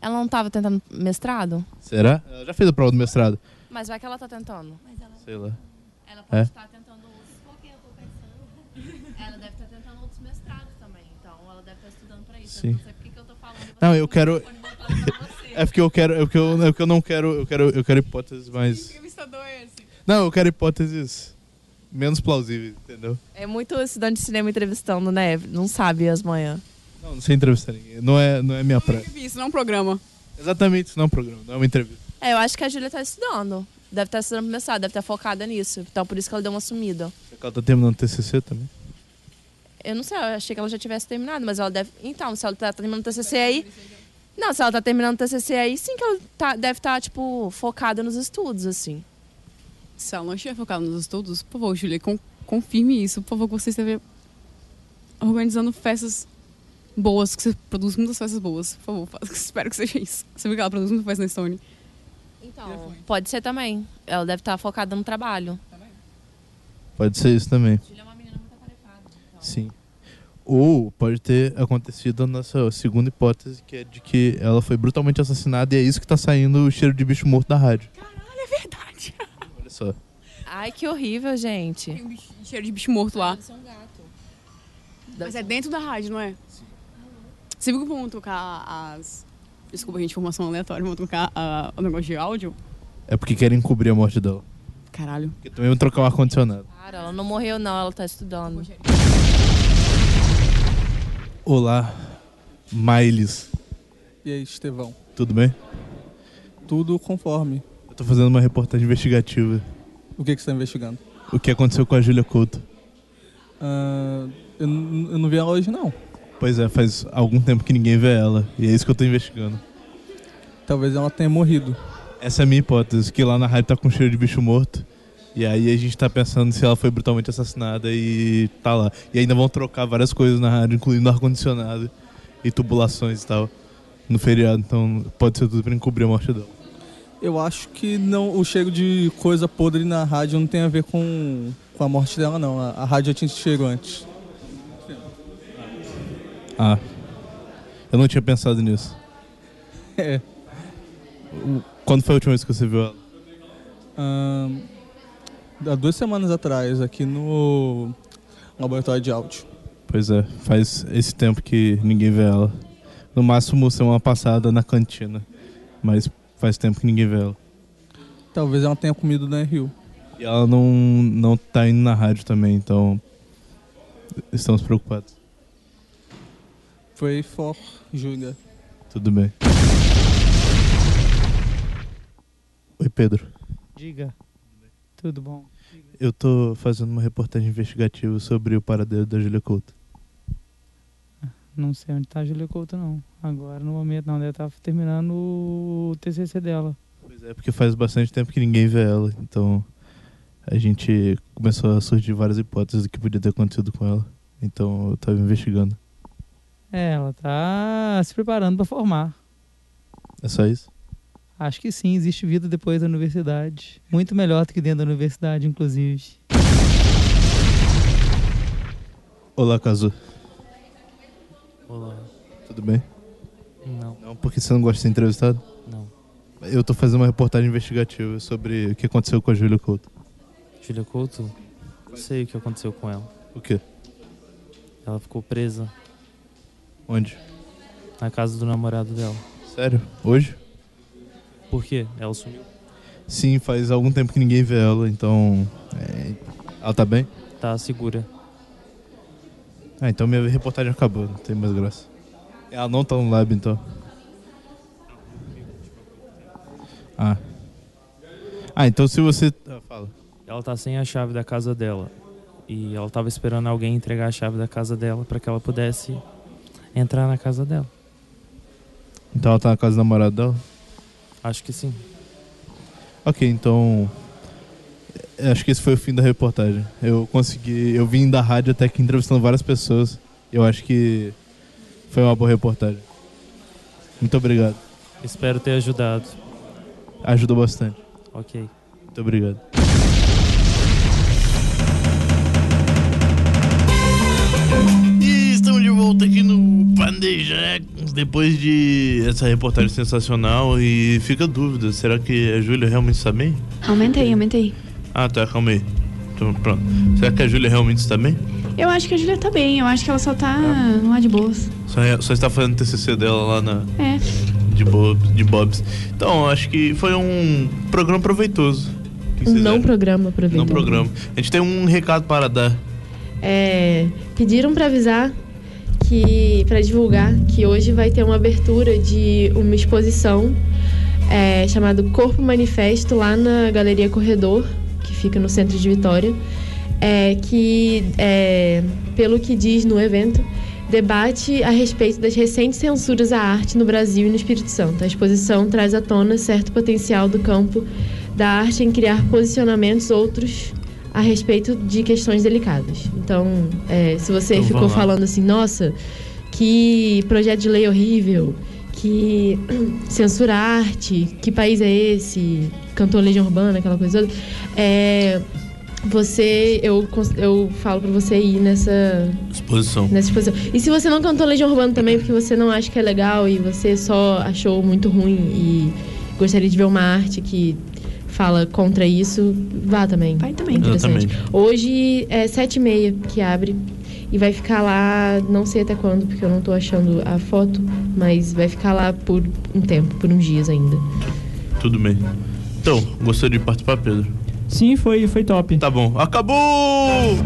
S14: Ela não estava tentando mestrado?
S2: Será? Ela já fez a prova do mestrado.
S14: Mas vai que ela está tentando.
S2: Sei lá.
S14: Ela
S2: pode É.
S14: estar tentando outros porque eu tô pensando. Ela deve estar tentando outros mestrados também. Então ela deve estar estudando para isso.
S2: Sim. Não, eu quero. É porque eu quero. É porque eu, é porque eu não quero. Eu quero, eu quero hipóteses mais.
S15: entrevistador é esse?
S2: Não, eu quero hipóteses menos plausíveis, entendeu?
S4: É muito estudante de cinema entrevistando, né? Não sabe as manhãs.
S2: Não, não sei entrevistar ninguém. Não é, não é minha praia.
S4: Isso não é um programa.
S2: Exatamente, isso não é um programa, não é uma entrevista.
S4: É, eu acho que a Júlia tá estudando. Deve estar estudando pra mestrado, deve estar focada nisso. Então por isso que ela deu uma sumida.
S2: Ela tá terminando o TCC também.
S4: Eu não sei, eu achei que ela já tivesse terminado, mas ela deve. Então, se ela tá terminando o TCC aí. Não, se ela tá terminando o TCC aí, sim que ela tá- deve estar, tipo, focada nos estudos, assim.
S6: Se ela não estiver focada nos estudos, por favor, Julia, con- confirme isso. Por favor, que você esteja organizando festas boas, que você produz muitas festas boas. Por favor, fa- espero que seja isso. Você viu que ela produz muita festa na Stone?
S4: Então, pode ser também. Ela deve estar focada no trabalho.
S2: Pode ser isso também.
S4: é então.
S2: Sim. Ou pode ter acontecido a nossa segunda hipótese, que é de que ela foi brutalmente assassinada e é isso que tá saindo o cheiro de bicho morto da rádio.
S4: Olha, é verdade.
S2: Olha só.
S4: Ai, que horrível, gente.
S6: Tem um bicho- cheiro de bicho morto lá. Mas é dentro da rádio, não é? Sim. Você viu que vão trocar as. Desculpa, gente, informação aleatória. Vão trocar ah, o negócio de áudio?
S2: É porque querem encobrir a morte dela.
S6: Caralho.
S2: Porque também vão trocar o ar-condicionado.
S4: Cara, ela não morreu, não, ela tá estudando.
S2: Olá, Miles.
S10: E aí, Estevão?
S2: Tudo bem?
S10: Tudo conforme.
S2: Eu tô fazendo uma reportagem investigativa.
S10: O que, que você está investigando?
S2: O que aconteceu com a Júlia Couto.
S10: Ah, eu, n- eu não vi ela hoje, não.
S2: Pois é, faz algum tempo que ninguém vê ela. E é isso que eu tô investigando.
S10: Talvez ela tenha morrido.
S2: Essa é a minha hipótese, que lá na rádio tá com cheiro de bicho morto. E aí a gente tá pensando se ela foi brutalmente assassinada e tá lá. E ainda vão trocar várias coisas na rádio, incluindo ar-condicionado e tubulações e tal. No feriado, então pode ser tudo pra encobrir a morte dela.
S10: Eu acho que não, o cheiro de coisa podre na rádio não tem a ver com, com a morte dela, não. A, a rádio já tinha esse cheiro antes.
S2: Ah. Eu não tinha pensado nisso.
S10: É.
S2: O- Quando foi a última vez que você viu ela?
S10: Ah, há duas semanas atrás, aqui no laboratório de áudio.
S2: Pois é, faz esse tempo que ninguém vê ela. No máximo, semana passada na cantina. Mas faz tempo que ninguém vê ela.
S10: Talvez ela tenha comido na Rio.
S2: E ela não, não tá indo na rádio também, então. Estamos preocupados.
S10: Pray for Julia.
S2: Tudo bem. Oi, Pedro.
S16: Diga. Tudo bom?
S2: Eu tô fazendo uma reportagem investigativa sobre o paradeiro da Julia Couto.
S5: Não sei onde tá a Julia Couto, não. Agora, no momento, não. Deve estar terminando o TCC dela.
S2: Pois é, porque faz bastante tempo que ninguém vê ela, então. A gente começou a surgir várias hipóteses do que podia ter acontecido com ela. Então eu tava investigando.
S5: É, ela tá se preparando pra formar.
S2: É só isso?
S5: Acho que sim, existe vida depois da universidade. Muito melhor do que dentro da universidade, inclusive.
S2: Olá, Cazu.
S17: Olá.
S2: Tudo bem?
S17: Não.
S2: Não, porque você não gosta de ser entrevistado?
S17: Não.
S2: Eu tô fazendo uma reportagem investigativa sobre o que aconteceu com a Júlia Couto.
S17: Julia Couto, eu sei o que aconteceu com ela.
S2: O quê?
S17: Ela ficou presa.
S2: Onde?
S17: Na casa do namorado dela.
S2: Sério? Hoje?
S17: Por quê? Ela sumiu.
S2: Sim, faz algum tempo que ninguém vê ela, então. é, Ela tá bem?
S17: Tá segura.
S2: Ah, então minha reportagem acabou, não tem mais graça. Ela não tá no lab, então. Ah. Ah, então se você. Ah, fala.
S17: Ela tá sem a chave da casa dela. E ela tava esperando alguém entregar a chave da casa dela pra que ela pudesse entrar na casa dela.
S2: Então ela tá na casa do namorado dela?
S17: Acho que sim.
S2: Ok, então. é, Acho que esse foi o fim da reportagem. Eu consegui. Eu vim da rádio até aqui entrevistando várias pessoas. Eu acho que foi uma boa reportagem. Muito obrigado.
S17: Espero ter ajudado.
S2: Ajudou bastante.
S17: Ok.
S2: Muito obrigado.
S18: E estamos de volta aqui no Pandejac. Depois de essa reportagem sensacional e fica a dúvida, será que a Júlia realmente está bem?
S3: Aumenta aí, aumenta aí.
S18: Ah, tá, calma aí. Então, pronto. Será que a Júlia realmente está bem?
S3: Eu acho que a Julia tá bem, eu acho que ela só tá lá de boas.
S18: Só, é, só está fazendo TCC dela lá na
S3: É.
S18: de Bob, de Bobs. Então, acho que foi um programa proveitoso.
S2: que
S4: Um
S2: vocês
S4: não
S2: acham?
S4: programa para
S2: Não programa. A gente tem um recado para dar.
S4: É, pediram para avisar que para divulgar que hoje vai ter uma abertura de uma exposição é, chamada Corpo Manifesto lá na Galeria Corredor, que fica no centro de Vitória, é, que é, pelo que diz no evento debate a respeito das recentes censuras à arte no Brasil e no Espírito Santo. A exposição traz à tona certo potencial do campo da arte em criar posicionamentos outros a respeito de questões delicadas. Então, é, se você
S19: Então,
S4: ficou
S19: vamos lá.
S4: falando assim, nossa, que projeto de lei horrível, que censura a arte, que país é esse, cantou Legião Urbana, aquela coisa toda, é, você, eu, cons- eu falo pra você ir nessa
S2: Exposição.
S4: nessa exposição. E se você não cantou Legião Urbana também porque você não acha que é legal e você só achou muito ruim e gostaria de ver uma arte que fala contra isso, vá também. Vai também. Interessante.
S19: Exatamente.
S4: Hoje é sete e meia que abre e vai ficar lá, não sei até quando, porque eu não tô achando a foto, mas vai ficar lá por um tempo, por uns dias ainda.
S2: Tudo bem. Então, gostaria de participar, Pedro?
S5: Sim, foi, foi top.
S2: Tá bom. Acabou!